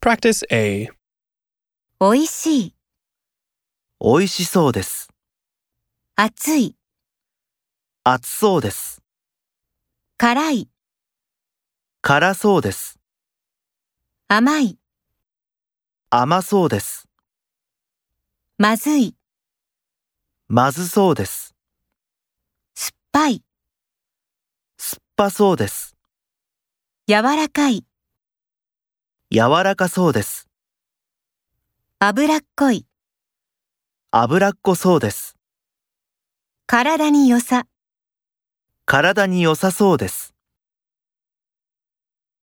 Practice A. おいしい、美味しそうです。熱い、暑そうです。辛い、辛そうです。甘い、甘そうです。まずい、まずそうです。酸っぱい、酸っぱそうです。柔らかい、柔らかそうです。脂っこい、脂っこそうです。体に良さ。体に良さそうです。